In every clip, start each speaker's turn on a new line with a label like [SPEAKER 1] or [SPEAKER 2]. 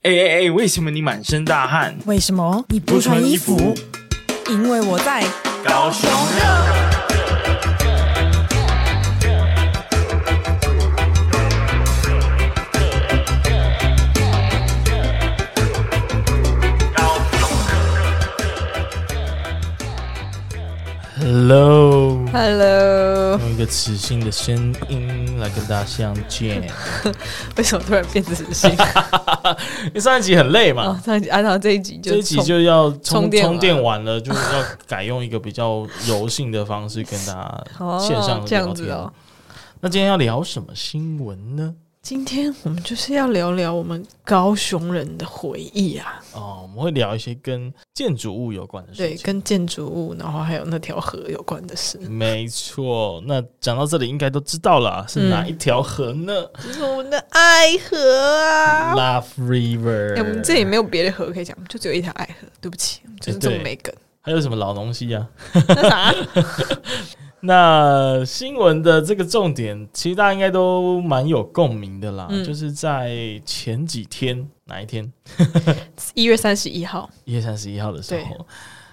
[SPEAKER 1] 哎哎哎，为什么你满身大汗？
[SPEAKER 2] 为什么你不穿衣服？因为我在。
[SPEAKER 1] 高雄，Hello，
[SPEAKER 2] Hello，
[SPEAKER 1] 用一个磁性的声音来跟大家相见。
[SPEAKER 2] 为什么突然变自 信？
[SPEAKER 1] 因为上一集很累嘛，
[SPEAKER 2] 哦，上一集，按照这一集就
[SPEAKER 1] 这一集
[SPEAKER 2] 从
[SPEAKER 1] 就要充
[SPEAKER 2] 充电完
[SPEAKER 1] 充电完了，就是要改用一个比较柔性的方式跟大
[SPEAKER 2] 哦
[SPEAKER 1] 家线上
[SPEAKER 2] 这样
[SPEAKER 1] 聊
[SPEAKER 2] 子
[SPEAKER 1] 天
[SPEAKER 2] 哦。
[SPEAKER 1] 那今天要聊什么新闻呢？
[SPEAKER 2] 今天我们就是要聊聊我们高雄人的回忆啊，
[SPEAKER 1] 哦，我们会聊一些跟建筑物有关的事
[SPEAKER 2] 对，
[SPEAKER 1] 情。
[SPEAKER 2] 跟建筑物，然后还有那条河有关的事。
[SPEAKER 1] 没错。那讲到这里，应该都知道了
[SPEAKER 2] 嗯
[SPEAKER 1] 啊，是哪一条河呢、
[SPEAKER 2] 这是我们的爱河啊！
[SPEAKER 1] l o v e
[SPEAKER 2] 哎、
[SPEAKER 1] River。
[SPEAKER 2] 我们这里没有别的河可以讲，就只有一条爱河。对不起，我们就是这么没梗。
[SPEAKER 1] 还有什么老东西啊？
[SPEAKER 2] 那啥，
[SPEAKER 1] 那新闻的这个重点，其实大家应该都蛮有共鸣的啦。
[SPEAKER 2] 嗯
[SPEAKER 1] 就是在前几天，哪一天？
[SPEAKER 2] 一月三十一号，
[SPEAKER 1] 一月三十一号的时候，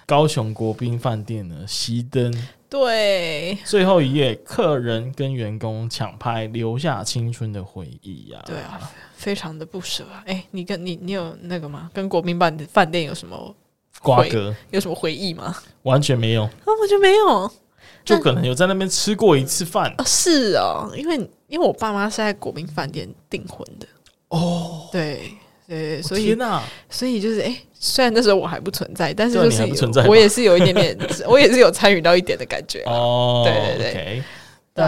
[SPEAKER 1] 高雄国宾饭店呢熄灯，
[SPEAKER 2] 对
[SPEAKER 1] 最后一夜，客人跟员工抢拍，留下青春的回忆啊。
[SPEAKER 2] 对啊，非常的不舍啊。哎、你跟你你有那个吗？跟国民办的饭店有什么
[SPEAKER 1] 瓜哥
[SPEAKER 2] 有什么回忆吗？
[SPEAKER 1] 完全没有，
[SPEAKER 2] 啊，我就没有。
[SPEAKER 1] 就可能有在那边吃过一次饭
[SPEAKER 2] 哦，是哦，因为因为我爸妈是在国民饭店订婚的，
[SPEAKER 1] 哦。
[SPEAKER 2] 对对，所
[SPEAKER 1] 我哦天
[SPEAKER 2] 以
[SPEAKER 1] 哪、
[SPEAKER 2] 所以就是哎、诶虽然那时候我还不存在，但是
[SPEAKER 1] 对啊
[SPEAKER 2] 就
[SPEAKER 1] 你
[SPEAKER 2] 是
[SPEAKER 1] 还不
[SPEAKER 2] 有
[SPEAKER 1] 存在
[SPEAKER 2] 我
[SPEAKER 1] 吧
[SPEAKER 2] 也是有一 点点，我也是有参与到一点的感觉。
[SPEAKER 1] 哦，
[SPEAKER 2] 对对对
[SPEAKER 1] OK
[SPEAKER 2] 对啊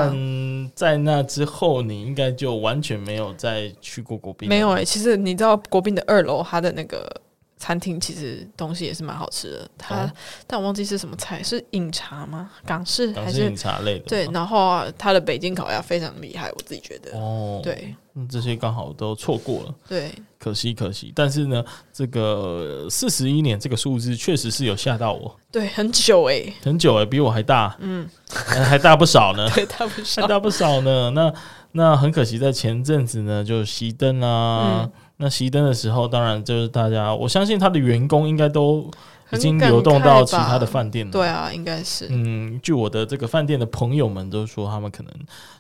[SPEAKER 1] 但在那之后，你应该就完全没有再去过国宾了，
[SPEAKER 2] 没有哎、其实你知道国宾的二楼它的那个餐厅其实东西也是蛮好吃的，它、
[SPEAKER 1] 哦
[SPEAKER 2] 但我忘记是什么菜，是饮茶吗？港式
[SPEAKER 1] 港
[SPEAKER 2] 还
[SPEAKER 1] 式
[SPEAKER 2] 是
[SPEAKER 1] 饮茶类的。
[SPEAKER 2] 对？，然后啊它的北京烤鸭非常厉害，我自己觉得，
[SPEAKER 1] 哦，，
[SPEAKER 2] 对
[SPEAKER 1] 这些刚好都错过了，
[SPEAKER 2] 对
[SPEAKER 1] 可惜可惜。但是呢，这个四十一年这个数字确实是有吓到我，
[SPEAKER 2] 对，很久哎、
[SPEAKER 1] 很久哎、比我还大，
[SPEAKER 2] 嗯，
[SPEAKER 1] 还大不少呢。
[SPEAKER 2] 对，他不
[SPEAKER 1] 还
[SPEAKER 2] 少，
[SPEAKER 1] 大不少呢。那那很可惜，在前阵子呢，就熄灯啊。
[SPEAKER 2] 嗯
[SPEAKER 1] 那熄灯的时候，当然就是大家，我相信他的员工应该都已
[SPEAKER 2] 很
[SPEAKER 1] 经
[SPEAKER 2] 感
[SPEAKER 1] 流动
[SPEAKER 2] 慨
[SPEAKER 1] 到其
[SPEAKER 2] 吧
[SPEAKER 1] 他的饭店了。
[SPEAKER 2] 对啊，应该是。
[SPEAKER 1] 嗯，据我的这个饭店的朋友们都说，他们可能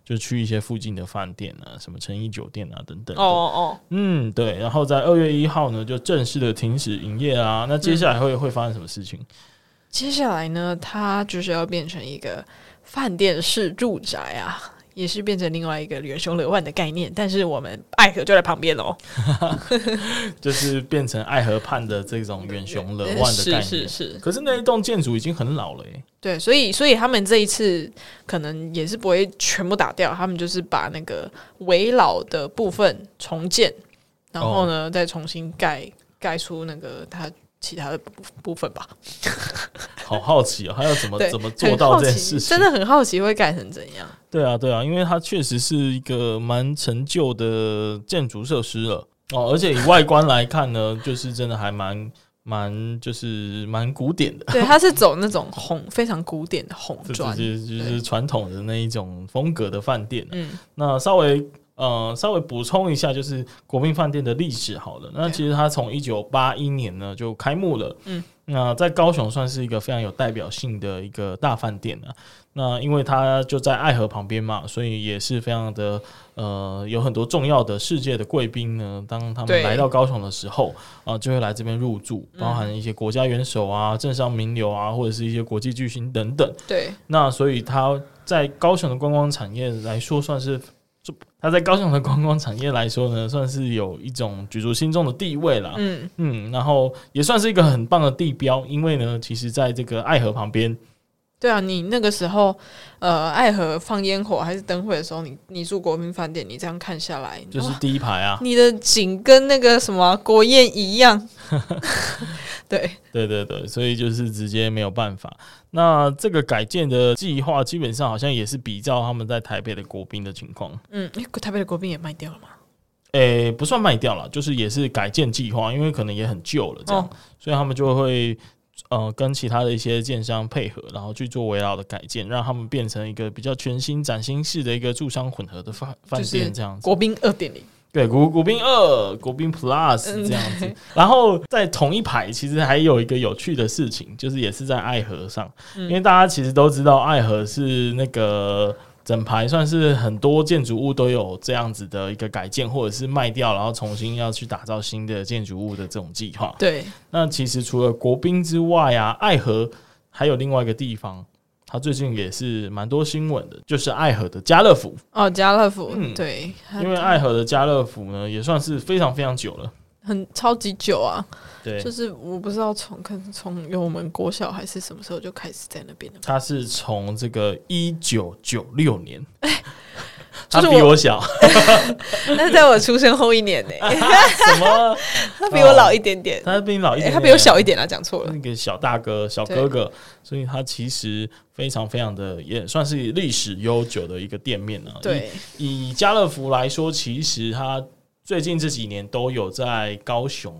[SPEAKER 1] 就去一些附近的饭店啊，什么诚意酒店啊等等。
[SPEAKER 2] 哦，哦，
[SPEAKER 1] 嗯，对。然后在二月一号呢，就正式的停止营业啊。那接下来
[SPEAKER 2] 嗯
[SPEAKER 1] 会、会发生什么事情？
[SPEAKER 2] 接下来呢，它就是要变成一个饭店式住宅啊，也是变成另外一个远雄流万的概念。但是我们爱河就在旁边哦，
[SPEAKER 1] 就是变成爱河畔的这种远雄乐万的概
[SPEAKER 2] 是
[SPEAKER 1] 念。
[SPEAKER 2] 是是，
[SPEAKER 1] 可是那一栋建筑已经很老了耶、
[SPEAKER 2] 对，所以所以他们这一次可能也是不会全部打掉，他们就是把那个围老的部分重建，然后
[SPEAKER 1] 哦
[SPEAKER 2] 呢、再重新盖盖出那个它其他的部部分吧。
[SPEAKER 1] 好好奇哦，他要怎么
[SPEAKER 2] 对，
[SPEAKER 1] 怎么
[SPEAKER 2] 很
[SPEAKER 1] 做到
[SPEAKER 2] 好
[SPEAKER 1] 这件
[SPEAKER 2] 奇
[SPEAKER 1] 事情？
[SPEAKER 2] 真的，很好奇会盖成怎 样。
[SPEAKER 1] 对啊，对啊，因为它确实是一个蛮陈旧的建筑设施了哦，而且以外观来看呢，就是真的还蛮蛮就是蛮古典的，
[SPEAKER 2] 对，它是走那种红非常古典的红
[SPEAKER 1] 这
[SPEAKER 2] 砖
[SPEAKER 1] 就，是就
[SPEAKER 2] 对
[SPEAKER 1] 是传统的那一种风格的饭店、啊。
[SPEAKER 2] 嗯，
[SPEAKER 1] 那稍微呃稍微补充一下，就是国宾饭店的历史好了。那
[SPEAKER 2] 对
[SPEAKER 1] 其实它从一九八一年呢就开幕了，
[SPEAKER 2] 嗯，
[SPEAKER 1] 那在高雄算是一个非常有代表性的一个大饭店啊。那因为它就在爱河旁边嘛，所以也是非常的呃，有很多重要的世界的贵宾呢，当他
[SPEAKER 2] 对
[SPEAKER 1] 们来到高雄的时候啊、就会来这边入住，
[SPEAKER 2] 嗯
[SPEAKER 1] 包含一些国家元首啊、政商名流啊，或者是一些国际巨星等等。
[SPEAKER 2] 对，
[SPEAKER 1] 那所以它在高雄的观光产业来说，算是就它在高雄的观光产业来说呢，算是有一种举足轻重的地位啦。
[SPEAKER 2] 嗯，
[SPEAKER 1] 嗯然后也算是一个很棒的地标，因为呢，其实在这个爱河旁边，
[SPEAKER 2] 对啊，你那个时候，呃，爱河放烟火还是灯会的时候，你你住国民饭店，你这样看下来，
[SPEAKER 1] 就是
[SPEAKER 2] 哇
[SPEAKER 1] 第一排 啊，
[SPEAKER 2] 你的景跟那个什么国宴一 样，对，
[SPEAKER 1] 对对对，所以就是直接没有办法。那这个改建的计划基本上好像也是比照他们在台北的国宾的情况，
[SPEAKER 2] 嗯，诶台北的国宾也卖掉了嘛，
[SPEAKER 1] 诶、不算卖掉了，就是也是改建计划，因为可能也很旧了这样，
[SPEAKER 2] 哦
[SPEAKER 1] 所以他们就会呃跟其他的一些建商配合，然后去做围绕的改建，让他们变成一个比较全新崭新式的一个住商混合的饭饭
[SPEAKER 2] 就是
[SPEAKER 1] 店这样子。
[SPEAKER 2] 国宾二点零，
[SPEAKER 1] 对，古古兵二、古兵 Plus 这样子。然后在同一排，其实还有一个有趣的事情，就是也是在爱河上，因为大家其实都知道爱河是那个。整排算是很多建筑物都有这样子的一个改建，或者是卖掉，然后重新要去打造新的建筑物的这种计划。
[SPEAKER 2] 对，
[SPEAKER 1] 那其实除了国宾之外啊，爱河还有另外一个地方，它最近也是蛮多新闻的，就是爱河的家乐福。
[SPEAKER 2] 哦，家乐福，
[SPEAKER 1] 嗯
[SPEAKER 2] 对，
[SPEAKER 1] 因为爱河的家乐福呢，也算是非常非常久了。
[SPEAKER 2] 很超级久啊，
[SPEAKER 1] 对
[SPEAKER 2] 就，是我不知道从可能从有我们国小还是什么时候就开始在那边了，
[SPEAKER 1] 它是从这个一九九六年，
[SPEAKER 2] 哎
[SPEAKER 1] 它
[SPEAKER 2] 就是
[SPEAKER 1] 比
[SPEAKER 2] 我
[SPEAKER 1] 我 小，
[SPEAKER 2] 那在我出生后一年 呢、
[SPEAKER 1] 什么？
[SPEAKER 2] 他比我老一点点，
[SPEAKER 1] 它比你哦老一
[SPEAKER 2] 诶
[SPEAKER 1] 点嗯点，
[SPEAKER 2] 他比我小一点啊，讲错了
[SPEAKER 1] 那，个小大哥、小哥哥，所以他其实非常非常的，也算是历史悠久的一个店面啊。
[SPEAKER 2] 对，
[SPEAKER 1] 以，以家乐福来说，其实它最近这几年都有在高雄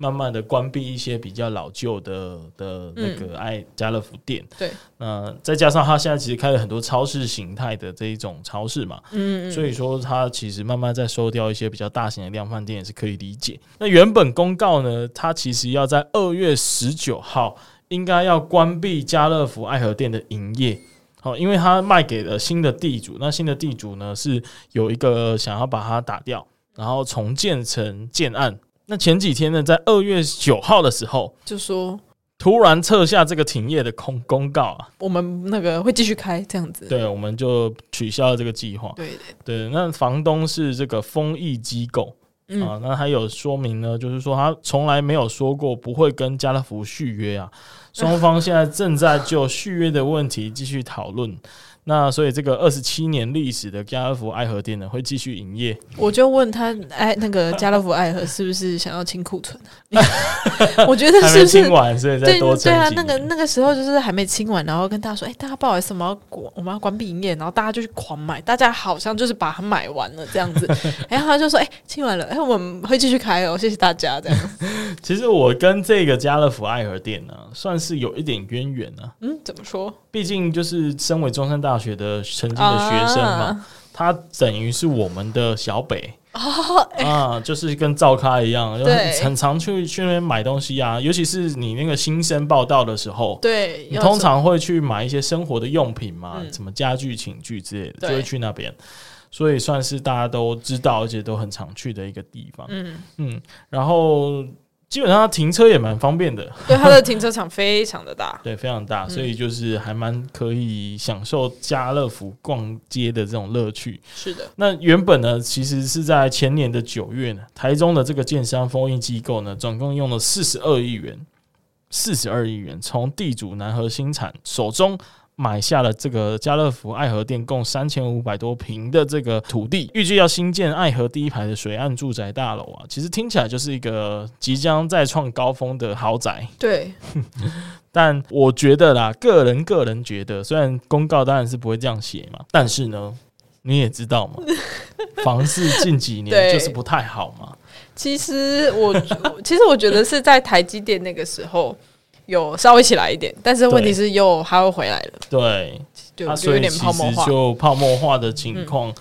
[SPEAKER 1] 慢慢的关闭一些比较老旧的
[SPEAKER 2] 嗯
[SPEAKER 1] 的那个爱家乐福店。
[SPEAKER 2] 对，
[SPEAKER 1] 那再加上它现在其实开了很多超市形态的这一种超市嘛，
[SPEAKER 2] 嗯，
[SPEAKER 1] 所以说它其实慢慢在收掉一些比较大型的量贩店也是可以理解。那原本公告呢，它其实要在二月十九号应该要关闭家乐福爱河店的营业。好，因为它卖给了新的地主，那新的地主呢是有一个想要把它打掉，然后重建成建案。那前几天呢，在二月九号的时候，
[SPEAKER 2] 就说
[SPEAKER 1] 突然撤下这个停业的公公告啊，
[SPEAKER 2] 我们那个会继续开这样子，
[SPEAKER 1] 对，我们就取消了这个计划。
[SPEAKER 2] 对的，
[SPEAKER 1] 对，那房东是这个丰益机构、
[SPEAKER 2] 嗯，
[SPEAKER 1] 啊，那他有说明呢，就是说他从来没有说过不会跟家乐福续约啊，双方现在正在就续约的问题继续讨论。 那所以这个二十七年历史的家乐福爱河店呢，会继续营 业。
[SPEAKER 2] 我就问他，哎，那个家乐福爱河是不是想要清 库存、 啊？我觉得
[SPEAKER 1] 还
[SPEAKER 2] 是
[SPEAKER 1] 没
[SPEAKER 2] 不是
[SPEAKER 1] 听完，所以再
[SPEAKER 2] 对
[SPEAKER 1] 多
[SPEAKER 2] 对
[SPEAKER 1] 撑
[SPEAKER 2] 啊，
[SPEAKER 1] 几
[SPEAKER 2] 那个
[SPEAKER 1] 年
[SPEAKER 2] 那个时候就是还没清完，然后跟大家说，哎、大家不好意思，我们要关我们要关闭营业，然后大家就去狂买，大家好像就是把它买完了这 样子，然后他就说，哎、清完了，哎、我们会继续开哦，谢谢大家 这样。
[SPEAKER 1] 其实我跟这个家乐福爱河店呢、算是有一点渊源啊，
[SPEAKER 2] 嗯，怎么说？
[SPEAKER 1] 毕竟就是身为中山大学的曾经的学生嘛，
[SPEAKER 2] 啊
[SPEAKER 1] 他等于是我们的小北。啊，就是跟赵咖一样，就
[SPEAKER 2] 哦哎对
[SPEAKER 1] 很常去去那边买东西啊。尤其是你那个新生报道的时候，
[SPEAKER 2] 对，
[SPEAKER 1] 你
[SPEAKER 2] 要
[SPEAKER 1] 通
[SPEAKER 2] 说
[SPEAKER 1] 常会去买一些生活的用品嘛，
[SPEAKER 2] 嗯
[SPEAKER 1] 什么家具、寝具之类的，
[SPEAKER 2] 对
[SPEAKER 1] 就会去那边。所以算是大家都知道，而且都很常去的一个地方。
[SPEAKER 2] 嗯，
[SPEAKER 1] 嗯，然后基本上它停车也蛮方便的，
[SPEAKER 2] 对，它的停车场非常的大，
[SPEAKER 1] 对，非常
[SPEAKER 2] 嗯
[SPEAKER 1] 大，所以就是还蛮可以享受家乐福逛街的这种乐趣。
[SPEAKER 2] 是的，
[SPEAKER 1] 那原本呢，其实是在前年的九月呢，台中的这个建商封印机构呢，总共用了四十二亿元，四十二亿元从地主南和新产手中买下了这个家乐福爱河店共三千五百多平的这个土地，预计要新建爱河第一排的水岸住宅大楼啊。其实听起来就是一个即将再创高峰的豪宅，
[SPEAKER 2] 对，
[SPEAKER 1] 但我觉得啦，个人个人觉得，虽然公告当然是不会这样写嘛，但是呢， 你也知道嘛，房市近几年
[SPEAKER 2] 对
[SPEAKER 1] 就是不太好嘛。
[SPEAKER 2] 其实我 其实我觉得是在台积电那个时候。有稍微起来一点，但是问题
[SPEAKER 1] 对
[SPEAKER 2] 是又它又回来了，
[SPEAKER 1] 对，
[SPEAKER 2] 就
[SPEAKER 1] 啊、
[SPEAKER 2] 就
[SPEAKER 1] 所
[SPEAKER 2] 有
[SPEAKER 1] 以
[SPEAKER 2] 点
[SPEAKER 1] 其
[SPEAKER 2] 泡沫
[SPEAKER 1] 实
[SPEAKER 2] 化。嗯
[SPEAKER 1] 就泡沫化的情况，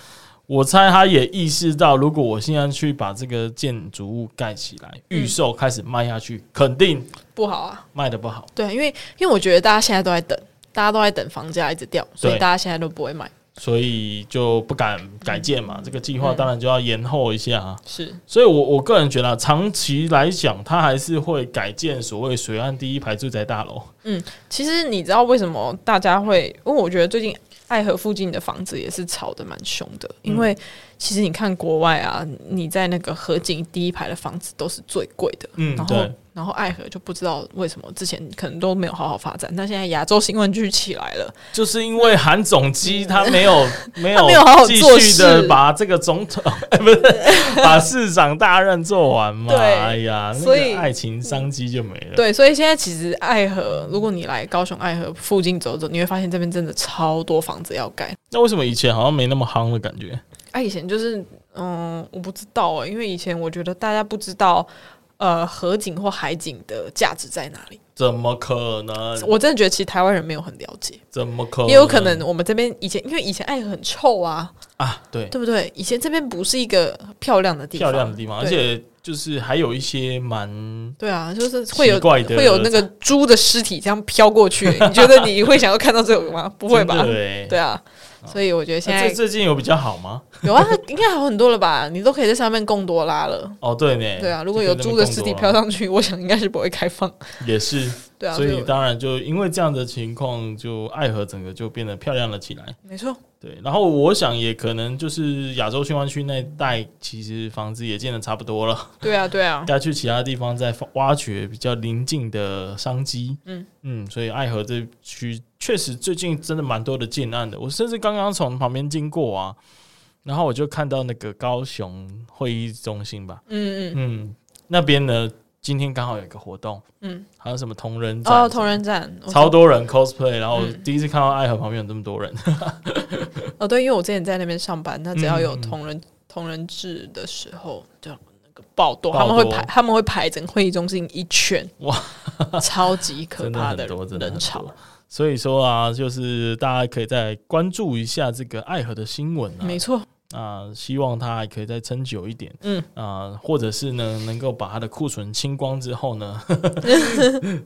[SPEAKER 1] 我猜他也意识到，如果我现在去把这个建筑物盖起来，
[SPEAKER 2] 嗯
[SPEAKER 1] 预售开始卖下去，肯定
[SPEAKER 2] 不好啊。
[SPEAKER 1] 卖的不好。
[SPEAKER 2] 对，因为因为我觉得大家现在都在等，大家都在等房价一直掉，所以
[SPEAKER 1] 对
[SPEAKER 2] 大家现在都不会买。
[SPEAKER 1] 所以就不敢改建嘛，这个计划
[SPEAKER 2] 嗯
[SPEAKER 1] 当然就要延后一下、啊。
[SPEAKER 2] 是，
[SPEAKER 1] 所以我，我个人觉得啊、长期来讲，它还是会改建所谓水岸第一排住宅大楼。
[SPEAKER 2] 其实你知道为什么大家会？因为我觉得最近爱河附近的房子也是炒得蛮凶的，因
[SPEAKER 1] 嗯
[SPEAKER 2] 为其实你看国外啊，你在那个河景第一排的房子都是最贵的，
[SPEAKER 1] 嗯
[SPEAKER 2] 然后
[SPEAKER 1] 对。
[SPEAKER 2] 然后爱河就不知道为什么之前可能都没有好好发展，但现在亚洲新闻剧起来了，
[SPEAKER 1] 就是因为韩总机他没有 没有
[SPEAKER 2] 没有好好
[SPEAKER 1] 继
[SPEAKER 2] 做
[SPEAKER 1] 续
[SPEAKER 2] 事
[SPEAKER 1] 的把这个总统、 哎不是把市长大任做完嘛？
[SPEAKER 2] 对
[SPEAKER 1] 哎呀，那
[SPEAKER 2] 所
[SPEAKER 1] 个
[SPEAKER 2] 以
[SPEAKER 1] 爱情商机就没了。
[SPEAKER 2] 对，所以现在其实爱河，如果你来高雄爱河附近走走，你会发现这边真的超多房子要盖，
[SPEAKER 1] 那为什么以前好像没那么夯的感觉？
[SPEAKER 2] 啊，以前就是，嗯，我不知道哎、因为以前我觉得大家不知道，呃，河景或海景的价值在哪里。
[SPEAKER 1] 怎么可能？
[SPEAKER 2] 我真的觉得其实台湾人没有很了解，
[SPEAKER 1] 怎么可能？
[SPEAKER 2] 也有可能我们这边以前，因为以前爱河很臭啊，
[SPEAKER 1] 啊，对，
[SPEAKER 2] 对不对？以前这边不是一个漂亮的地方，
[SPEAKER 1] 漂亮的地方，而
[SPEAKER 2] 对
[SPEAKER 1] 且就是还有一些蛮
[SPEAKER 2] 对啊，就是会有
[SPEAKER 1] 奇怪的
[SPEAKER 2] 会有那个猪的尸体这样飘过去，欸你觉得你会想要看到这个吗？不会吧？
[SPEAKER 1] 对，
[SPEAKER 2] 对啊，所以我觉得现
[SPEAKER 1] 那
[SPEAKER 2] 在
[SPEAKER 1] 欸啊这最近有比较好吗？
[SPEAKER 2] 有啊，应该好很多了吧？你都可以在上面贡多拉了。
[SPEAKER 1] 哦，对呢，
[SPEAKER 2] 对啊，如果有猪的尸体飘
[SPEAKER 1] 到，
[SPEAKER 2] 上 去，我想应该是不会开放。
[SPEAKER 1] 也是，
[SPEAKER 2] 对啊，
[SPEAKER 1] 所以
[SPEAKER 2] 我
[SPEAKER 1] 当然就因为这样的情况，就爱河整个就变得漂亮了起来。
[SPEAKER 2] 没错，
[SPEAKER 1] 对，然后我想也可能就是亚洲新湾区那一带，其实房子也建的差不多了，
[SPEAKER 2] 对啊，对啊，
[SPEAKER 1] 该去其他地方再发挖掘比较邻近的商机。
[SPEAKER 2] 嗯
[SPEAKER 1] 嗯，所以爱河这区确实最近真的蛮多的建案的，我甚至刚刚从旁边经过啊，然后我就看到那个高雄会议中心吧，
[SPEAKER 2] 嗯嗯
[SPEAKER 1] 嗯，那边呢今天刚好有一个活动，
[SPEAKER 2] 嗯，
[SPEAKER 1] 还有什么同人展
[SPEAKER 2] 哦，同人展，我
[SPEAKER 1] 超多人 cosplay，然后
[SPEAKER 2] 嗯
[SPEAKER 1] 第一次看到爱河旁边有这么多人，
[SPEAKER 2] 哦，对，因为我之前在那边上班，他只要有
[SPEAKER 1] 嗯嗯嗯
[SPEAKER 2] 同人、同人志的时候，就那个爆多，
[SPEAKER 1] 爆
[SPEAKER 2] 他
[SPEAKER 1] 多
[SPEAKER 2] 们会排，他们会排整个会议中心一圈，
[SPEAKER 1] 哇，
[SPEAKER 2] 超级可
[SPEAKER 1] 真的
[SPEAKER 2] 怕
[SPEAKER 1] 很多，真的
[SPEAKER 2] 人
[SPEAKER 1] 很
[SPEAKER 2] 潮
[SPEAKER 1] 多，。所以说啊，就是大家可以再关注一下这个爱河的新闻啊，
[SPEAKER 2] 没错，
[SPEAKER 1] 啊、希望它还可以再撑久一点，
[SPEAKER 2] 嗯
[SPEAKER 1] 啊、或者是呢，能够把它的库存清光之后 呢，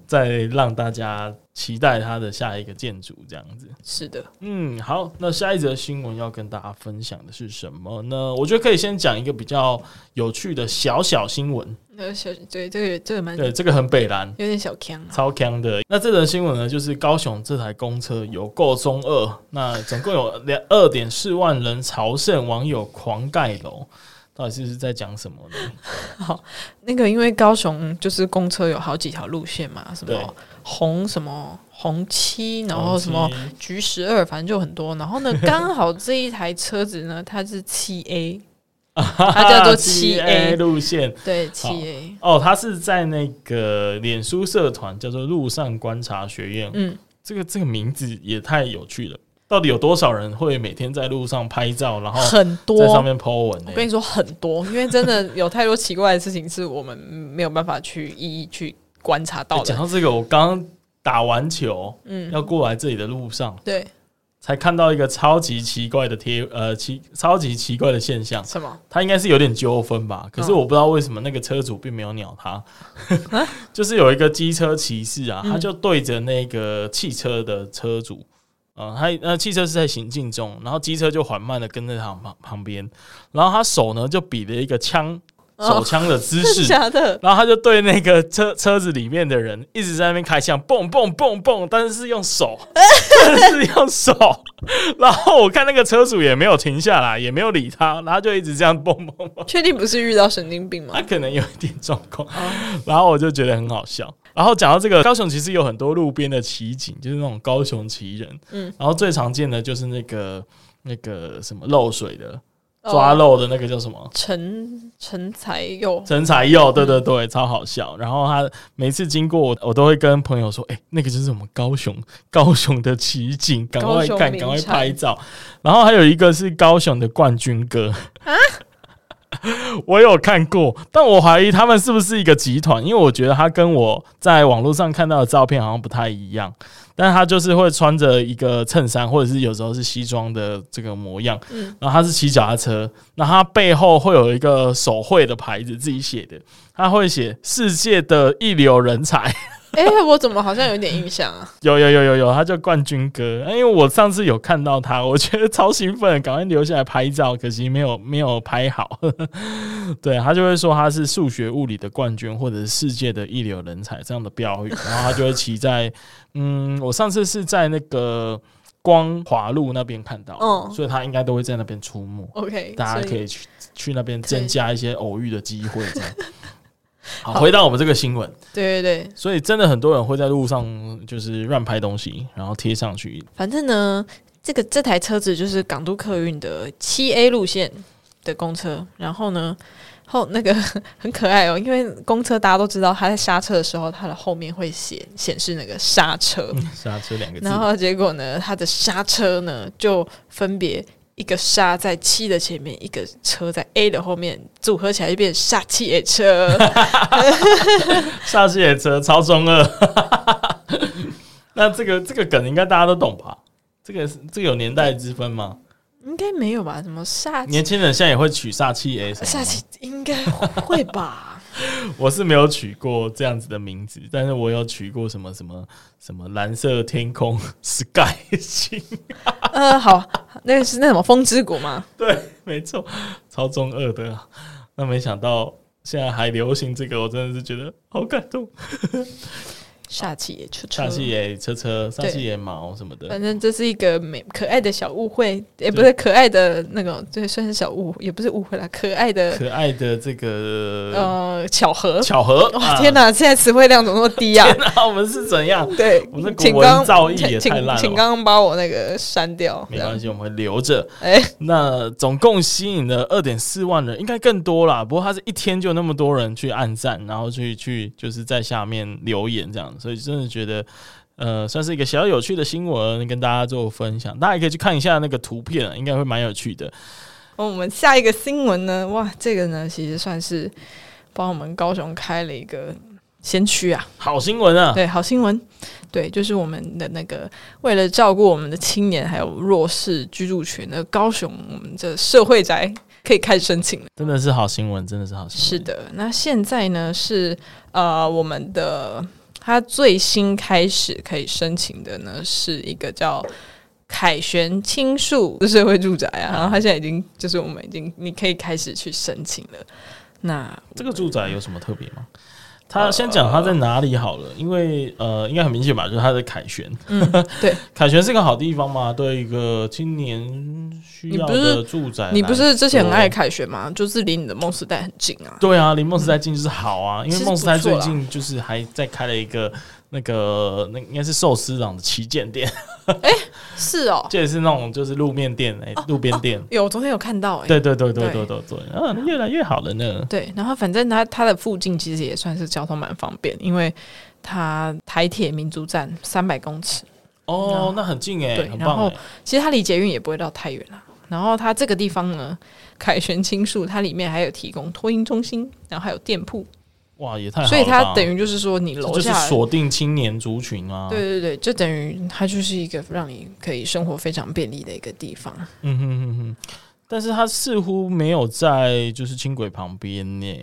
[SPEAKER 1] 再让大家期待它的下一个建筑这样子。
[SPEAKER 2] 是的，
[SPEAKER 1] 嗯，好，那下一则新闻要跟大家分享的是什么呢？我觉得可以先讲一个比较有趣的小小新闻，
[SPEAKER 2] 那个小对这个这个蛮
[SPEAKER 1] 对，
[SPEAKER 2] 有
[SPEAKER 1] 这个很北蓝。
[SPEAKER 2] 点小强啊，
[SPEAKER 1] 超强的。那这则新闻呢，就是高雄这台公车有够中二，那总共有两二点四万人朝圣，网友狂盖楼，到底是在讲什么 呢？
[SPEAKER 2] 那个因为高雄就是公车有好几条路线嘛，什
[SPEAKER 1] 对
[SPEAKER 2] 么红什么红七，然后什么
[SPEAKER 1] 东西
[SPEAKER 2] 橘十二，反正就很多。然后呢，刚好这一台车子呢，它是七 A，它叫做七
[SPEAKER 1] 7A
[SPEAKER 2] A，
[SPEAKER 1] 路线？
[SPEAKER 2] 对七 A，
[SPEAKER 1] 哦，它是在那个脸书社团叫做“路上观察学院”，
[SPEAKER 2] 嗯，
[SPEAKER 1] 这个这个名字也太有趣了。到底有多少人会每天在路上拍照，然后
[SPEAKER 2] 很
[SPEAKER 1] 在上
[SPEAKER 2] 多。
[SPEAKER 1] 面 po 文呢
[SPEAKER 2] 我？跟你说很多，因为真的有太多奇怪的事情是我们没有办法去一一去观察
[SPEAKER 1] 欸
[SPEAKER 2] 到
[SPEAKER 1] 讲
[SPEAKER 2] 的。
[SPEAKER 1] 到这个，我刚打完球
[SPEAKER 2] 嗯，
[SPEAKER 1] 要过来这里的路上，
[SPEAKER 2] 对，
[SPEAKER 1] 才看到一个超级奇怪的贴，呃，奇超级奇怪的现象。
[SPEAKER 2] 什么？
[SPEAKER 1] 他应该是有点纠纷吧，可是
[SPEAKER 2] 嗯
[SPEAKER 1] 我不知道为什么那个车主并没有鸟他。 就是有一个机车骑士啊，他就对着那个汽车的车主，呃，他那汽车是在行进中，然后机车就缓慢的跟在他旁旁边，然后他手呢就比了一个枪手枪的姿
[SPEAKER 2] 真的
[SPEAKER 1] 势。
[SPEAKER 2] 假的？
[SPEAKER 1] 然后他就对那个车车子里面的人一直在那边开枪，蹦蹦蹦蹦，但是是用手， 但是用手。然后我看那个车主也没有停下来，也没有理他，然后他就一直这样蹦蹦蹦。
[SPEAKER 2] 确定不是遇到神经病吗
[SPEAKER 1] 他？可能有一点状况，然后我就觉得很好笑。然后讲到这个，高雄其实有很多路边的骑警，就是那种高雄奇人。
[SPEAKER 2] 嗯，
[SPEAKER 1] 然后最常见的就是那个那个什么漏水的
[SPEAKER 2] 哦
[SPEAKER 1] 抓漏的那个叫什么？
[SPEAKER 2] 陈陈才佑，
[SPEAKER 1] 陈才佑，对对对，超好笑。然后他每次经过我，我都会跟朋友说：“哎、那个就是我们高雄高雄的奇景，赶快
[SPEAKER 2] 高雄
[SPEAKER 1] 看，
[SPEAKER 2] 名
[SPEAKER 1] 赶快
[SPEAKER 2] 产
[SPEAKER 1] 拍照。”然后还有一个是高雄的冠军歌
[SPEAKER 2] 啊
[SPEAKER 1] 我有看过，但我怀疑他们是不是一个集团，因为我觉得他跟我在网络上看到的照片好像不太一样。但他就是会穿着一个衬衫，或者是有时候是西装的这个模样，
[SPEAKER 2] 嗯
[SPEAKER 1] 然后他是骑脚踏车，那他背后会有一个手绘的牌子，自己写的，他会写“世界的一流人才。
[SPEAKER 2] 哎、我怎么好像有点印象啊？”
[SPEAKER 1] 有有有有有，他叫冠军哥。因为我上次有看到他， 我觉得超兴奋，赶快留下来拍照，可惜没有没有拍好。 对他就会说他是数学物理的冠军，或者是世界的一流人才这样的标语，然后他就会骑在嗯，我上次是在那个光华路那边看到，
[SPEAKER 2] 嗯
[SPEAKER 1] 所以他应该都会在那边出没。
[SPEAKER 2] OK，
[SPEAKER 1] 大家可
[SPEAKER 2] 所嗯以
[SPEAKER 1] 以去去那边增
[SPEAKER 2] 对
[SPEAKER 1] 加一些偶遇的机会，这样。好，
[SPEAKER 2] 好
[SPEAKER 1] 回到我们这个新闻，
[SPEAKER 2] 对对对，
[SPEAKER 1] 所以真的很多人会在路上就是乱拍东西，然后贴上去。
[SPEAKER 2] 反正呢，这个这台车子就是港都客运的七 A 路线的公车，然后呢，后 那个很可爱哦，因为公车大家都知道，它在刹车的时候，它的后面会显显示那个刹车，
[SPEAKER 1] 刹车两个字
[SPEAKER 2] 然，后结果呢，它的刹车呢就分别。一个刹在七的前面，一个车在 A 的后面，组合起来就变刹七 A 车。
[SPEAKER 1] 刹车也车超中二。 那这个这个梗应该大家都懂吧？这个是这个有年代之分吗？
[SPEAKER 2] 应该没有吧？什么煞气
[SPEAKER 1] 年轻人现在也会取煞气 A 什么
[SPEAKER 2] 煞
[SPEAKER 1] 吗？
[SPEAKER 2] 啊气应该会吧？
[SPEAKER 1] 我是没有取过这样子的名字，但是我有取过什么什么什么蓝色天空 Sky 星，
[SPEAKER 2] 呃，好，那是那什么风之谷吗？
[SPEAKER 1] 对，没错，超中二的啊、那没想到现在还流行这个，我真的是觉得好感动。
[SPEAKER 2] 煞气也出车
[SPEAKER 1] 煞气也车车，煞
[SPEAKER 2] 对
[SPEAKER 1] 气也毛什么的，
[SPEAKER 2] 反正这是一个美可爱的小误会，也不是可爱的那种，对，算是小误，也不是误会啦，可爱的
[SPEAKER 1] 可爱的这个
[SPEAKER 2] 呃巧合。
[SPEAKER 1] 巧合。
[SPEAKER 2] 哇，
[SPEAKER 1] 啊
[SPEAKER 2] 天！哪！现在词汇量怎么那么低 啊？
[SPEAKER 1] 天哪，我们是怎 样？
[SPEAKER 2] 对
[SPEAKER 1] 我们，的
[SPEAKER 2] 请
[SPEAKER 1] 古文
[SPEAKER 2] 刚
[SPEAKER 1] 造诣也
[SPEAKER 2] 请
[SPEAKER 1] 太烂了
[SPEAKER 2] 请
[SPEAKER 1] 吧
[SPEAKER 2] 刚刚把我那个删掉。
[SPEAKER 1] 没关系，我们会留着。
[SPEAKER 2] 这样，哎，
[SPEAKER 1] 那总共吸引了二点四万人，应该更多啦。不过他是一天就那么多人去按赞，然后去去就是在下面留言这样，所以真的觉得。呃，算是一个小有趣的新闻，跟大家做分享。大家也可以去看一下那个图片啊，应该会蛮有趣的。
[SPEAKER 2] 哦我们下一个新闻呢？哇，这个呢，其实算是帮我们高雄开了一个先驱啊。
[SPEAKER 1] 好新闻啊！
[SPEAKER 2] 对，好新闻，对，就是我们的那个为了照顾我们的青年还有弱势居住群的高雄，我们的社会宅可以开始申请了。
[SPEAKER 1] 真的是好新闻，真的是好新
[SPEAKER 2] 是的，那现在呢是呃我们的它最新开始可以申请的呢是一个叫。凯旋青树的社会住宅啊，然后它现在已经就是我们已经你可以开始去申请了。那
[SPEAKER 1] 闻。这个住宅有什么特别吗？呃他先讲他在哪里好了，因为呃，应该很明显吧，就是他在凯旋。
[SPEAKER 2] 嗯对
[SPEAKER 1] 凯旋是个好地方嘛，对一个青年需要
[SPEAKER 2] 你不是
[SPEAKER 1] 的住宅来说，
[SPEAKER 2] 你不是之前很爱凯旋吗？就是离你的梦时代很近啊。
[SPEAKER 1] 对啊，离梦时代近就是好啊，因
[SPEAKER 2] 其
[SPEAKER 1] 为
[SPEAKER 2] 实
[SPEAKER 1] 梦时代
[SPEAKER 2] 不错
[SPEAKER 1] 最
[SPEAKER 2] 啦
[SPEAKER 1] 近就是还在开了一个那个那应该是寿司郎的旗舰店，
[SPEAKER 2] 是哦，
[SPEAKER 1] 这也是那种就是路面店哎、路边店。
[SPEAKER 2] 有，昨天有看到哎、
[SPEAKER 1] 对对对对
[SPEAKER 2] 哦对
[SPEAKER 1] 对对对，嗯、越来越好了呢。
[SPEAKER 2] 对然后反正它它的附近其实也算是交通蛮方便，因为它台铁民族站三百公尺，
[SPEAKER 1] 哦，那很近哎、
[SPEAKER 2] 对
[SPEAKER 1] 很
[SPEAKER 2] 然
[SPEAKER 1] 棒
[SPEAKER 2] 后
[SPEAKER 1] 哎、
[SPEAKER 2] 其实它离捷运也不会到太远啦。然后它这个地方呢，凯旋青树它里面还有提供托婴中心，然后还有店铺，
[SPEAKER 1] 哇，也太好了吧
[SPEAKER 2] 所以它等于就是说你
[SPEAKER 1] 这
[SPEAKER 2] 楼
[SPEAKER 1] 就是
[SPEAKER 2] 下。
[SPEAKER 1] 锁定青年族群啊。
[SPEAKER 2] 对，对对，就等于它就是一个让你可以生活非常便利的一个地方。
[SPEAKER 1] 嗯哼哼哼。但是它似乎没有在就是轻轨旁边呢、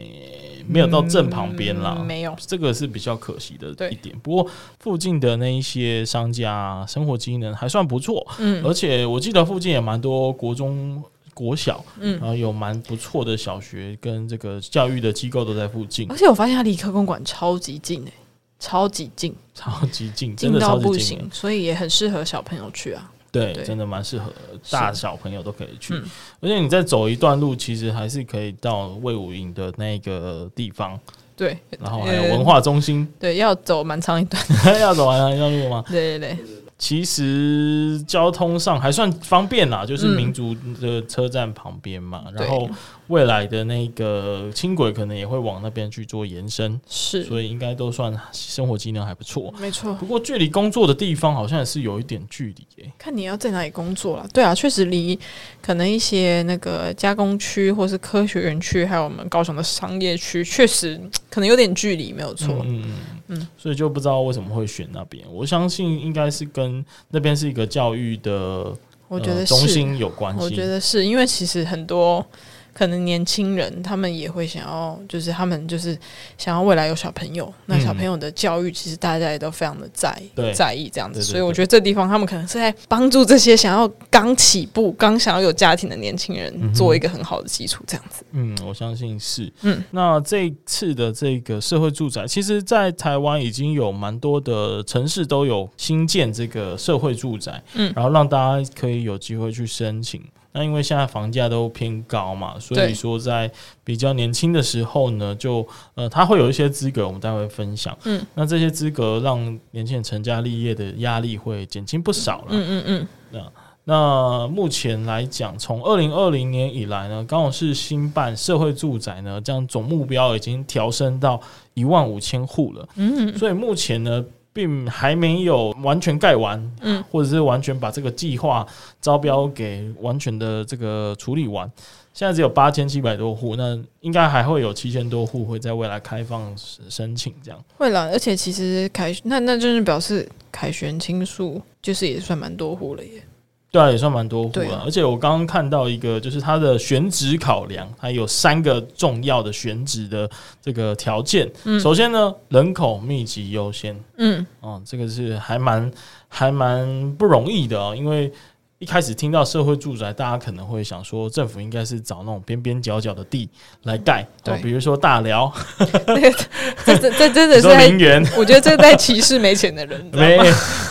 [SPEAKER 1] 没有到正旁边啦、
[SPEAKER 2] 嗯没有，
[SPEAKER 1] 这个是比较可惜的
[SPEAKER 2] 对
[SPEAKER 1] 一点。不过附近的那一些商家啊生活机能还算不错，
[SPEAKER 2] 嗯
[SPEAKER 1] 而且我记得附近也蛮多国中、国小，
[SPEAKER 2] 嗯
[SPEAKER 1] 然后有蛮不错的小学跟这个教育的机构都在附近
[SPEAKER 2] 而，且我发现它离科公馆超级近哎、超级近，
[SPEAKER 1] 超级近，真
[SPEAKER 2] 近
[SPEAKER 1] 的
[SPEAKER 2] 到
[SPEAKER 1] 超
[SPEAKER 2] 不
[SPEAKER 1] 级近欸
[SPEAKER 2] 行，。所以也很适合小朋友去啊。
[SPEAKER 1] 对，
[SPEAKER 2] 对
[SPEAKER 1] 真的蛮适合大小朋友都可以去，
[SPEAKER 2] 嗯
[SPEAKER 1] 而且你再走一段路，其实还是可以到魏武营的那个地方，
[SPEAKER 2] 对，
[SPEAKER 1] 然后还有文化中心，
[SPEAKER 2] 对，要走蛮长一段。
[SPEAKER 1] 要走完了要路吗？
[SPEAKER 2] 对对对，
[SPEAKER 1] 其实交通上还算方便啦，就是
[SPEAKER 2] 嗯
[SPEAKER 1] 民族的车站旁边嘛，
[SPEAKER 2] 对
[SPEAKER 1] 然后未来的那个轻轨可能也会往那边去做延伸，
[SPEAKER 2] 是
[SPEAKER 1] 所以应该都算生活机能还不错。
[SPEAKER 2] 没错。
[SPEAKER 1] 不过距离工作的地方好像也是有一点距离诶、
[SPEAKER 2] 看你要在哪里工作了。对啊，确实离可能一些那个加工区或是科学园区，还有我们高雄的商业区，确实可能有点距离，没有错。
[SPEAKER 1] 嗯嗯嗯，所以就不知道为什么会选那边。我相信应该是跟那边是一个教育的
[SPEAKER 2] 我觉得
[SPEAKER 1] 呃
[SPEAKER 2] 是，
[SPEAKER 1] 中心有关系。
[SPEAKER 2] 我觉得是因为其实很多可能年轻人他们也会想要，就是他们就是想要未来有小朋友，那
[SPEAKER 1] 嗯
[SPEAKER 2] 小朋友的教育其实大家也都非常的在
[SPEAKER 1] 对
[SPEAKER 2] 在意这样子，
[SPEAKER 1] 对对
[SPEAKER 2] 所以我觉得这地方他们可能是在帮助这些想要刚起步、刚想要有家庭的年轻人
[SPEAKER 1] 嗯哼
[SPEAKER 2] 做一个很好的基础，这样子。啊
[SPEAKER 1] 嗯，我相信是。
[SPEAKER 2] 嗯
[SPEAKER 1] 嗯，那这一次的这个社会住宅，其实，在台湾已经有蛮多的城市都有新建这个社会住宅，
[SPEAKER 2] 嗯
[SPEAKER 1] 嗯，然后让大家可以有机会去申请。那因为现在房价都偏高嘛，所
[SPEAKER 2] 对
[SPEAKER 1] 以说在比较年轻的时候呢，就呃，他会有一些资格，我们待会分享。
[SPEAKER 2] 嗯
[SPEAKER 1] 嗯，那这些资格让年轻人成家立业的压力会减轻不少了。
[SPEAKER 2] 嗯嗯嗯，
[SPEAKER 1] 那目前来讲，从二零二零年以来呢，高雄市新办社会住宅呢，这样总目标已经调升到一万五千户了。嗯，所以目前呢，并还没有完全盖完，
[SPEAKER 2] 嗯，
[SPEAKER 1] 或者是完全把这个计划招标给完全的这个处理完。现在只有八千七百多户，那应该还会有七千多户会在未来开放申请这样。
[SPEAKER 2] 会啦，而且其实凯那那就是表示凯旋青树就是也算蛮多户了耶。
[SPEAKER 1] 对啊，也算蛮多户
[SPEAKER 2] 对
[SPEAKER 1] 了。而且我刚刚看到一个，就是它的选址考量，它有三个重要的选址的这个条件。首先呢，人口密集优先，
[SPEAKER 2] 嗯，
[SPEAKER 1] 哦，这个是还蛮还蛮不容易的哦，因为一开始听到社会住宅，大家可能会想说，政府应该是找那种边边角角的地来盖，哦
[SPEAKER 2] 对，
[SPEAKER 1] 比如说大寮、
[SPEAKER 2] 这这 这真的
[SPEAKER 1] 比如
[SPEAKER 2] 是
[SPEAKER 1] 说
[SPEAKER 2] 在
[SPEAKER 1] 林 园，
[SPEAKER 2] 我觉得这在歧视没钱的人，你知道
[SPEAKER 1] 没
[SPEAKER 2] 吗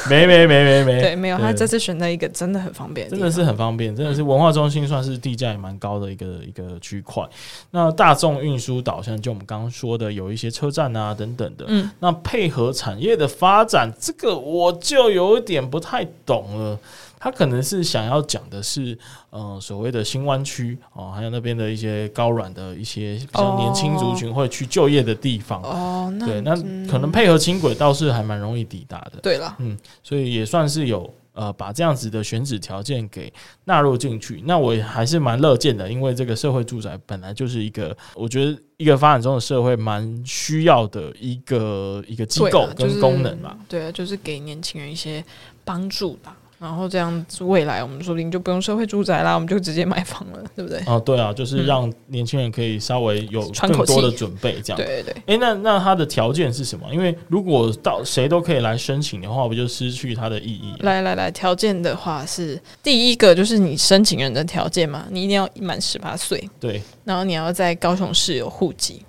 [SPEAKER 1] 没没没没没，
[SPEAKER 2] 对，没有，
[SPEAKER 1] 哎对
[SPEAKER 2] 他这次选到一个真的很方便
[SPEAKER 1] 真
[SPEAKER 2] 地
[SPEAKER 1] 的
[SPEAKER 2] 方
[SPEAKER 1] 是很方便，真的是文化中心算是地价也蛮高的一个一个区块。那大众运输导向，就我们刚刚说的，有一些车站啊等等的。
[SPEAKER 2] 嗯，
[SPEAKER 1] 那配合产业的发展，这个我就有点不太懂了。他可能是想要讲的是，呃，所谓的新湾区哦，还有那边的一些高软的一些比较年轻族群会去就业的地方。
[SPEAKER 2] 哦，那
[SPEAKER 1] 对，那可能配合轻轨倒是还蛮容易抵达的。
[SPEAKER 2] 对了，
[SPEAKER 1] 所以也算是有呃把这样子的选址条件给纳入进去。那我也还是蛮乐见的，因为这个社会住宅本来就是一个我觉得一个发展中的社会蛮需要的一个一个机
[SPEAKER 2] 对
[SPEAKER 1] 构嗯
[SPEAKER 2] 啊就
[SPEAKER 1] 跟
[SPEAKER 2] 是
[SPEAKER 1] 功能嘛。
[SPEAKER 2] 对啊，就是给年轻人一些帮助吧。然后这样子未来我们说不定就不用社会住宅啦，我们就直接买房了，对不对？
[SPEAKER 1] 哦，对啊，就是
[SPEAKER 2] 嗯
[SPEAKER 1] 让年轻人可以稍微有
[SPEAKER 2] 喘
[SPEAKER 1] 更
[SPEAKER 2] 口
[SPEAKER 1] 多的
[SPEAKER 2] 气
[SPEAKER 1] 准备，这样。
[SPEAKER 2] 对对对，
[SPEAKER 1] 诶，那那它的条件是什么？因为如果到谁都可以来申请的话，不就失去它的意义了？
[SPEAKER 2] 来来来，条件的话是第一个就是你申请人的条件嘛，你一定要满十八岁，
[SPEAKER 1] 对，
[SPEAKER 2] 然后你要在高雄市有户籍，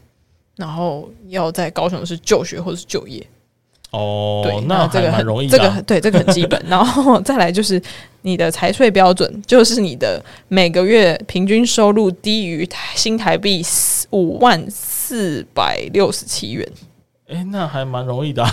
[SPEAKER 2] 然后要在高雄市就学或是就业。对
[SPEAKER 1] 哦，，
[SPEAKER 2] 那这
[SPEAKER 1] 还
[SPEAKER 2] 个
[SPEAKER 1] 蛮
[SPEAKER 2] 很
[SPEAKER 1] 容易
[SPEAKER 2] 这
[SPEAKER 1] 的
[SPEAKER 2] 个
[SPEAKER 1] 啊、
[SPEAKER 2] 很对，这个很基本。 然后再来就是你的财税标准，就是你的每个月平均收入低于台新台币五万四百六十七元。
[SPEAKER 1] 诶，那还蛮容易的啊、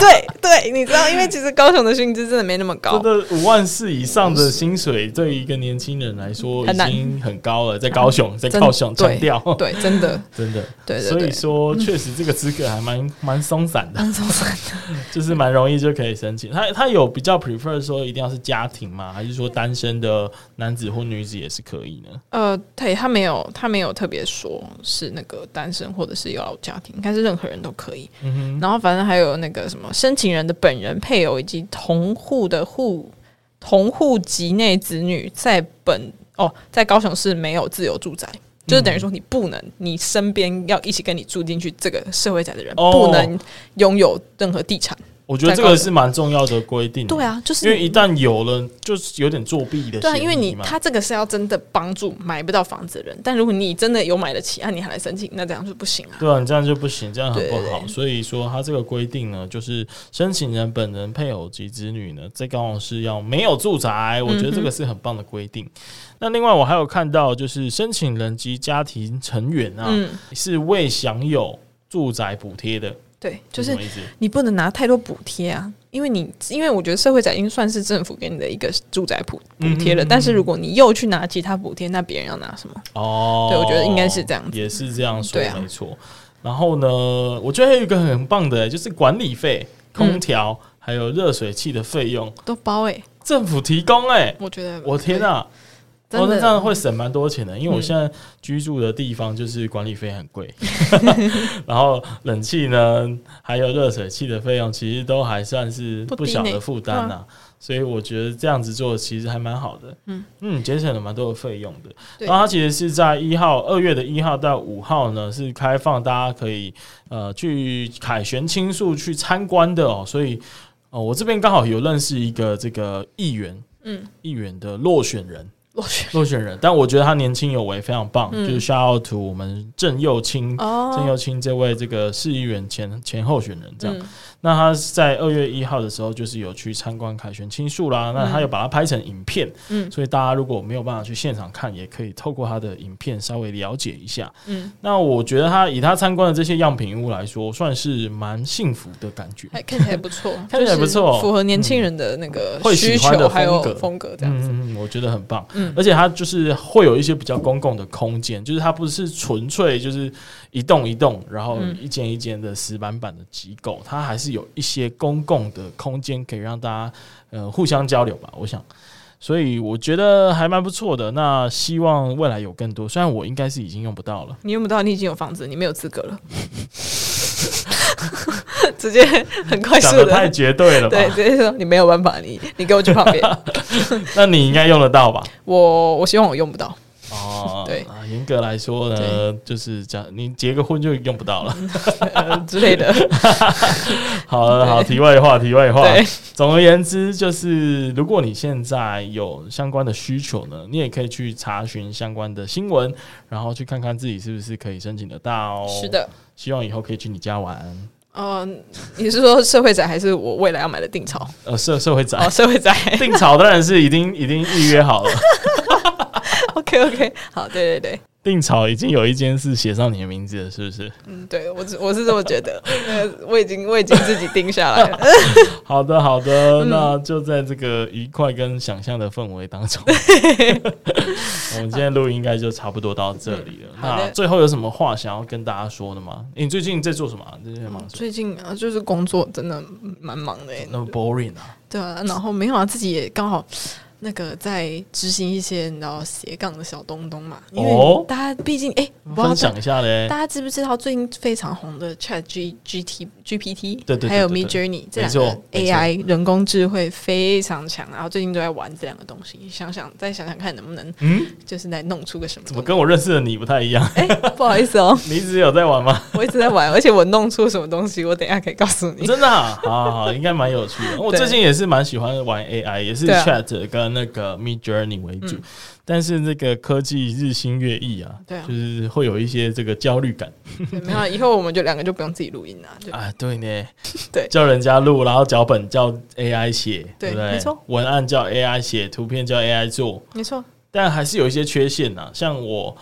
[SPEAKER 2] 对对，你知道，因为其实高雄的薪资真的没那么高
[SPEAKER 1] 真，的五万四以上的薪水，对于一个年轻人来说已
[SPEAKER 2] 很难
[SPEAKER 1] 经很高了，在高雄，在
[SPEAKER 2] 真
[SPEAKER 1] 高雄强
[SPEAKER 2] 对
[SPEAKER 1] 调，
[SPEAKER 2] 对，真的，
[SPEAKER 1] 真的，
[SPEAKER 2] 对 对
[SPEAKER 1] 所以
[SPEAKER 2] 对。
[SPEAKER 1] 说确实这个资格还蛮蛮松散 的，
[SPEAKER 2] 嗯松散
[SPEAKER 1] 就是蛮容易就可以申请。他他有比较 prefer 说一定要是家庭吗？还是说单身的男子或女子也是可以呢？
[SPEAKER 2] 呃，对他没有，他没有特别说是那个单身或者是有老家庭，应该是任何人都可以。
[SPEAKER 1] 嗯
[SPEAKER 2] 然后反正还有那个什么申请人的本人、配偶以及同户的户同户籍内子女在本哦，在高雄市没有自由住宅，就是
[SPEAKER 1] 嗯
[SPEAKER 2] 等于说你不能，你身边要一起跟你住进去这个社会宅的人、
[SPEAKER 1] 哦
[SPEAKER 2] 不能拥有任何地产。
[SPEAKER 1] 哼，我觉得这个是蛮重要的规定，
[SPEAKER 2] 对，啊，就
[SPEAKER 1] 因
[SPEAKER 2] 是
[SPEAKER 1] 为一
[SPEAKER 2] 你
[SPEAKER 1] 旦有了，就是有点作弊的嫌疑嘛，
[SPEAKER 2] 对啊，因为你他这个是要真的帮助买不到房子的人，但如果你真的有买得起，啊，你还来申请，那这样就不行啊。
[SPEAKER 1] 对啊，你这样就不行，这样很不
[SPEAKER 2] 对
[SPEAKER 1] 好。
[SPEAKER 2] 对
[SPEAKER 1] 所以说，他这个规定呢，就是申请人本人、配偶及子女呢，在高雄市要没有住宅，我觉
[SPEAKER 2] 嗯
[SPEAKER 1] 得这个是很棒的规定。那另外我还有看到，就是申请人及家庭成员啊，
[SPEAKER 2] 嗯，
[SPEAKER 1] 是未享有住宅补贴的，
[SPEAKER 2] 对，就是是
[SPEAKER 1] 什么意思？
[SPEAKER 2] 你不能拿太多补贴啊，因为你因为我觉得社会宅已经算是政府给你的一个住宅补补贴
[SPEAKER 1] 嗯
[SPEAKER 2] 了，
[SPEAKER 1] 嗯嗯
[SPEAKER 2] 但是如果你又去拿其他补贴，那别人要拿什么？
[SPEAKER 1] 哦，
[SPEAKER 2] 对我觉得应该是这样子
[SPEAKER 1] 也是这样说，
[SPEAKER 2] 对啊
[SPEAKER 1] 没错。然后呢，我觉得还有一个很棒的、就是管理费、空
[SPEAKER 2] 嗯
[SPEAKER 1] 调、还有热水器的费用，
[SPEAKER 2] 都包哎、
[SPEAKER 1] 政府提供、哎，
[SPEAKER 2] 我觉得
[SPEAKER 1] 我天啊！
[SPEAKER 2] 真
[SPEAKER 1] 哦，那
[SPEAKER 2] 的
[SPEAKER 1] 这样会省蛮多钱的，因为我
[SPEAKER 2] 嗯
[SPEAKER 1] 现在居住的地方就是管理费很贵， 然后冷气呢，还有热水器的费用，其实都还算是
[SPEAKER 2] 不低
[SPEAKER 1] 不小
[SPEAKER 2] 呢
[SPEAKER 1] 的负担
[SPEAKER 2] 对
[SPEAKER 1] 呐。所以我觉得这样子做其实还蛮好的，嗯嗯，节省了蛮多的费用的。
[SPEAKER 2] 对
[SPEAKER 1] 然后它其实是在一号，二月的一号到五号呢是开放，大家可以呃去凯旋倾诉去参观的哦。所以哦，我这边刚好有认识一个这个议员，
[SPEAKER 2] 嗯，
[SPEAKER 1] 议员的落选人。
[SPEAKER 2] 落选
[SPEAKER 1] 落选人，但我觉得他年轻有为，非常棒。
[SPEAKER 2] 嗯
[SPEAKER 1] 就是 shout out to 我们郑佑清，郑
[SPEAKER 2] 哦，
[SPEAKER 1] 佑清这位这个市议员前前候选人这样。
[SPEAKER 2] 嗯
[SPEAKER 1] 那他在二月一号的时候，就是有去参观凯旋青树啦。那他又把它拍成影片，
[SPEAKER 2] 嗯
[SPEAKER 1] 所以大家如果没有办法去现场看，也可以透过他的影片稍微了解一下。
[SPEAKER 2] 嗯，
[SPEAKER 1] 那我觉得他以他参观的这些样品屋来说，算是蛮幸福的感觉。
[SPEAKER 2] 还看起来不错，
[SPEAKER 1] 看起来不错哦嗯
[SPEAKER 2] 就是符合年轻人的那个
[SPEAKER 1] 会
[SPEAKER 2] 需
[SPEAKER 1] 喜欢的
[SPEAKER 2] 求还有
[SPEAKER 1] 风格
[SPEAKER 2] 风格这样子。
[SPEAKER 1] 嗯嗯嗯，我觉得很棒。
[SPEAKER 2] 嗯
[SPEAKER 1] 而且它就是会有一些比较公共的空间，就是它不是纯粹就是一栋一栋，然后
[SPEAKER 2] 嗯
[SPEAKER 1] 一间一间的石板板的机构，它还是有一些公共的空间可以让大家呃互相交流吧。我想。所以我觉得还蛮不错的，那希望未来有更多。虽然我应该是已经用不到了，
[SPEAKER 2] 你用不到，你已经有房子，你没有资格了。 直接很快
[SPEAKER 1] 讲
[SPEAKER 2] 速
[SPEAKER 1] 的
[SPEAKER 2] 的
[SPEAKER 1] 太绝对了吧？
[SPEAKER 2] 对，直接说你没有办法，你你给我去旁 边。
[SPEAKER 1] 那你应该用得到吧？
[SPEAKER 2] 我我希望我用 不到，
[SPEAKER 1] 哦，
[SPEAKER 2] 对
[SPEAKER 1] 啊，严格来说呢，就是讲你结个婚就用不到了。
[SPEAKER 2] 呃之类的。
[SPEAKER 1] 好了，好，题外 话，题外话。
[SPEAKER 2] 对，
[SPEAKER 1] 总而言之，就是如果你现在有相关的需求呢，你也可以去查询相关的新闻，然后去看看自己是不是可以申请得到。
[SPEAKER 2] 是，的。
[SPEAKER 1] 希望以后可以去你家玩。
[SPEAKER 2] 嗯，你是说社会仔还是我未来要买的定潮？
[SPEAKER 1] 呃，社社会仔
[SPEAKER 2] 哦，社会仔。
[SPEAKER 1] 定草当然是已经已经预约好了，
[SPEAKER 2] OK OK，好，对对对，
[SPEAKER 1] 定草已经有一间是写上你的名字了，是不是？
[SPEAKER 2] 嗯，对我只我是这么觉得。呃，我已经我已经自己定下 来了。
[SPEAKER 1] 好的，好的，
[SPEAKER 2] 嗯
[SPEAKER 1] 那就在这个愉快跟想象的氛围当 中，我们今天录音应该就差不多到这里了。
[SPEAKER 2] 嗯好的
[SPEAKER 1] 那最后有什么话想要跟大家说的吗？诶你最近在做什么啊、最近在忙什么？
[SPEAKER 2] 最近啊，就是工作真的蛮忙的耶，
[SPEAKER 1] 那么 boring 啊，
[SPEAKER 2] 对啊，然后没有啊，自己也刚好那个在执行一些你知道斜杠的小东东嘛，因
[SPEAKER 1] 哦
[SPEAKER 2] 为大家毕竟哎、不知道
[SPEAKER 1] 分
[SPEAKER 2] 大
[SPEAKER 1] 享一下嘞
[SPEAKER 2] 大。家知不知道最近非常红的 Chat G G T G P T，
[SPEAKER 1] 对对对
[SPEAKER 2] 还有
[SPEAKER 1] 对
[SPEAKER 2] Me
[SPEAKER 1] 对
[SPEAKER 2] Journey 这
[SPEAKER 1] 没
[SPEAKER 2] 两
[SPEAKER 1] 错
[SPEAKER 2] 个
[SPEAKER 1] 没错
[SPEAKER 2] AI 人工智慧非常强，然后最近都在玩这两个东西，想想再想想看能不能
[SPEAKER 1] 嗯，
[SPEAKER 2] 就是来弄出个什么
[SPEAKER 1] 怎么
[SPEAKER 2] 东西。
[SPEAKER 1] 跟我认识的你不太一 样？
[SPEAKER 2] 哎、不好意思哦，
[SPEAKER 1] 你只有在玩吗？
[SPEAKER 2] 我一直在玩，而且我弄出什么东西，我等一下可以告诉你。
[SPEAKER 1] 真的、啊，好好好，应该蛮有趣的。我
[SPEAKER 2] 对
[SPEAKER 1] 最近也是蛮喜欢玩 AI，也是
[SPEAKER 2] 对啊嗯
[SPEAKER 1] Chat 跟那个 Mid Journey 为主，但是这个科技日新月异啊，
[SPEAKER 2] 对啊
[SPEAKER 1] 就是会有一些这个焦虑感。
[SPEAKER 2] 对没有啊，以后我们就两个就不用自己录音了，就
[SPEAKER 1] 啊，对呢，
[SPEAKER 2] 对
[SPEAKER 1] 叫人家录，然后脚本叫 AI 写，对
[SPEAKER 2] 对
[SPEAKER 1] 不对？
[SPEAKER 2] 没错
[SPEAKER 1] 文案叫 AI 写，图片叫 AI 做，
[SPEAKER 2] 没错，
[SPEAKER 1] 但还是有一些缺陷呐、像我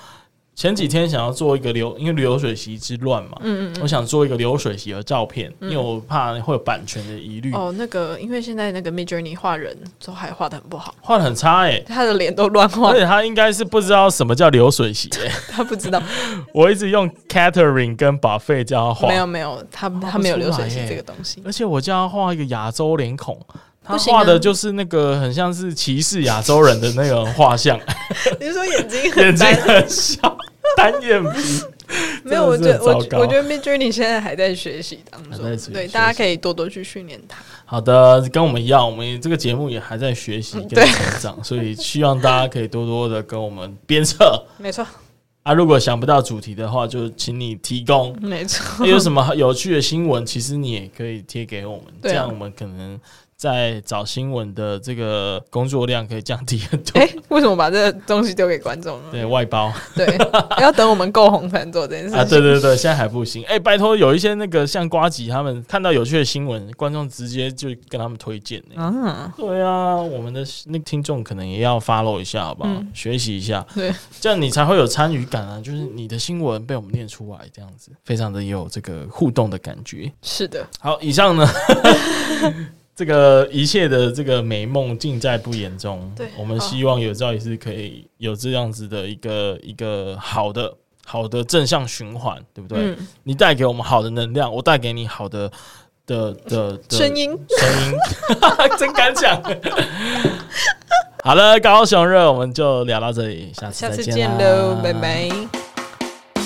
[SPEAKER 1] 前几天想要做一个流，因为流水席之乱嘛，
[SPEAKER 2] 嗯嗯嗯。
[SPEAKER 1] 我想做一个流水席的照片，因为我怕会有版权的疑虑，
[SPEAKER 2] 哦，那个，因为现在那个 Mid Journey 画人都还画的很不好，
[SPEAKER 1] 画的很差哎、
[SPEAKER 2] 他的脸都乱画
[SPEAKER 1] 而，且他应该是不知道什么叫流水席、欸，
[SPEAKER 2] 他不知道。
[SPEAKER 1] 我一直用 catering 跟 buffet 叫他画
[SPEAKER 2] 没，有没有，他
[SPEAKER 1] 不
[SPEAKER 2] 他没有
[SPEAKER 1] 出
[SPEAKER 2] 流水
[SPEAKER 1] 来耶
[SPEAKER 2] 席这个东 西。
[SPEAKER 1] 而且我叫他画一个亚洲脸孔，他
[SPEAKER 2] 不行啊
[SPEAKER 1] 画的就是那个很像是歧视亚洲人的那种画 像，
[SPEAKER 2] 你说眼睛
[SPEAKER 1] 眼
[SPEAKER 2] 很
[SPEAKER 1] 睛
[SPEAKER 2] 单，
[SPEAKER 1] 很小，单眼皮。
[SPEAKER 2] 没有，我
[SPEAKER 1] 真的
[SPEAKER 2] 觉
[SPEAKER 1] 是
[SPEAKER 2] 得我
[SPEAKER 1] 很糟糕
[SPEAKER 2] 我觉得 Mid Journey 现在还在学习当
[SPEAKER 1] 还在学习
[SPEAKER 2] 中，对，大家可以多多去训练它。
[SPEAKER 1] 好的，跟我们一样，我们这个节目也还在学习跟
[SPEAKER 2] 对
[SPEAKER 1] 成长，所以希望大家可以多多的跟我们鞭策
[SPEAKER 2] 没错，
[SPEAKER 1] 啊。如果想不到主题的话，就请你提供。
[SPEAKER 2] 没错，
[SPEAKER 1] 有什么有趣的新闻，其实你也可以贴给我们，
[SPEAKER 2] 对
[SPEAKER 1] 这
[SPEAKER 2] 啊
[SPEAKER 1] 样我们可能在找新闻的这个工作量可以降低很多。
[SPEAKER 2] 哎，为什么把这个东西丢给观众 呢？
[SPEAKER 1] 对外包。
[SPEAKER 2] 对，要等我们够红才能做 这件
[SPEAKER 1] 啊，
[SPEAKER 2] 事
[SPEAKER 1] 对
[SPEAKER 2] 情。
[SPEAKER 1] 对对，现在还不行。哎、拜托，有一些那个像瓜吉他们看到有趣的新闻，观众直接就跟他们推荐、欸。
[SPEAKER 2] 嗯，
[SPEAKER 1] 对啊，我们的那听众可能也要 follow 一下，好不好？
[SPEAKER 2] 嗯
[SPEAKER 1] 学习一下，
[SPEAKER 2] 对，
[SPEAKER 1] 这样你才会有参与感啊！就是你的新闻被我们念出来，这样子非常的有这个互动的感觉。
[SPEAKER 2] 是的，
[SPEAKER 1] 好，以上呢， 这个一切的这个美梦尽在不言中。
[SPEAKER 2] 对
[SPEAKER 1] 我们希望有朝一日可以有这样子的一个一个好的好的正向循环，对不对？
[SPEAKER 2] 嗯，
[SPEAKER 1] 你带给我们好的能量，我带给你好的的的的
[SPEAKER 2] 声音啊
[SPEAKER 1] 声音，真敢讲。 好了，高雄热，我们就聊到这里，下次
[SPEAKER 2] 下
[SPEAKER 1] 再
[SPEAKER 2] 次
[SPEAKER 1] 见
[SPEAKER 2] 见
[SPEAKER 1] 啦
[SPEAKER 2] 喽，拜拜。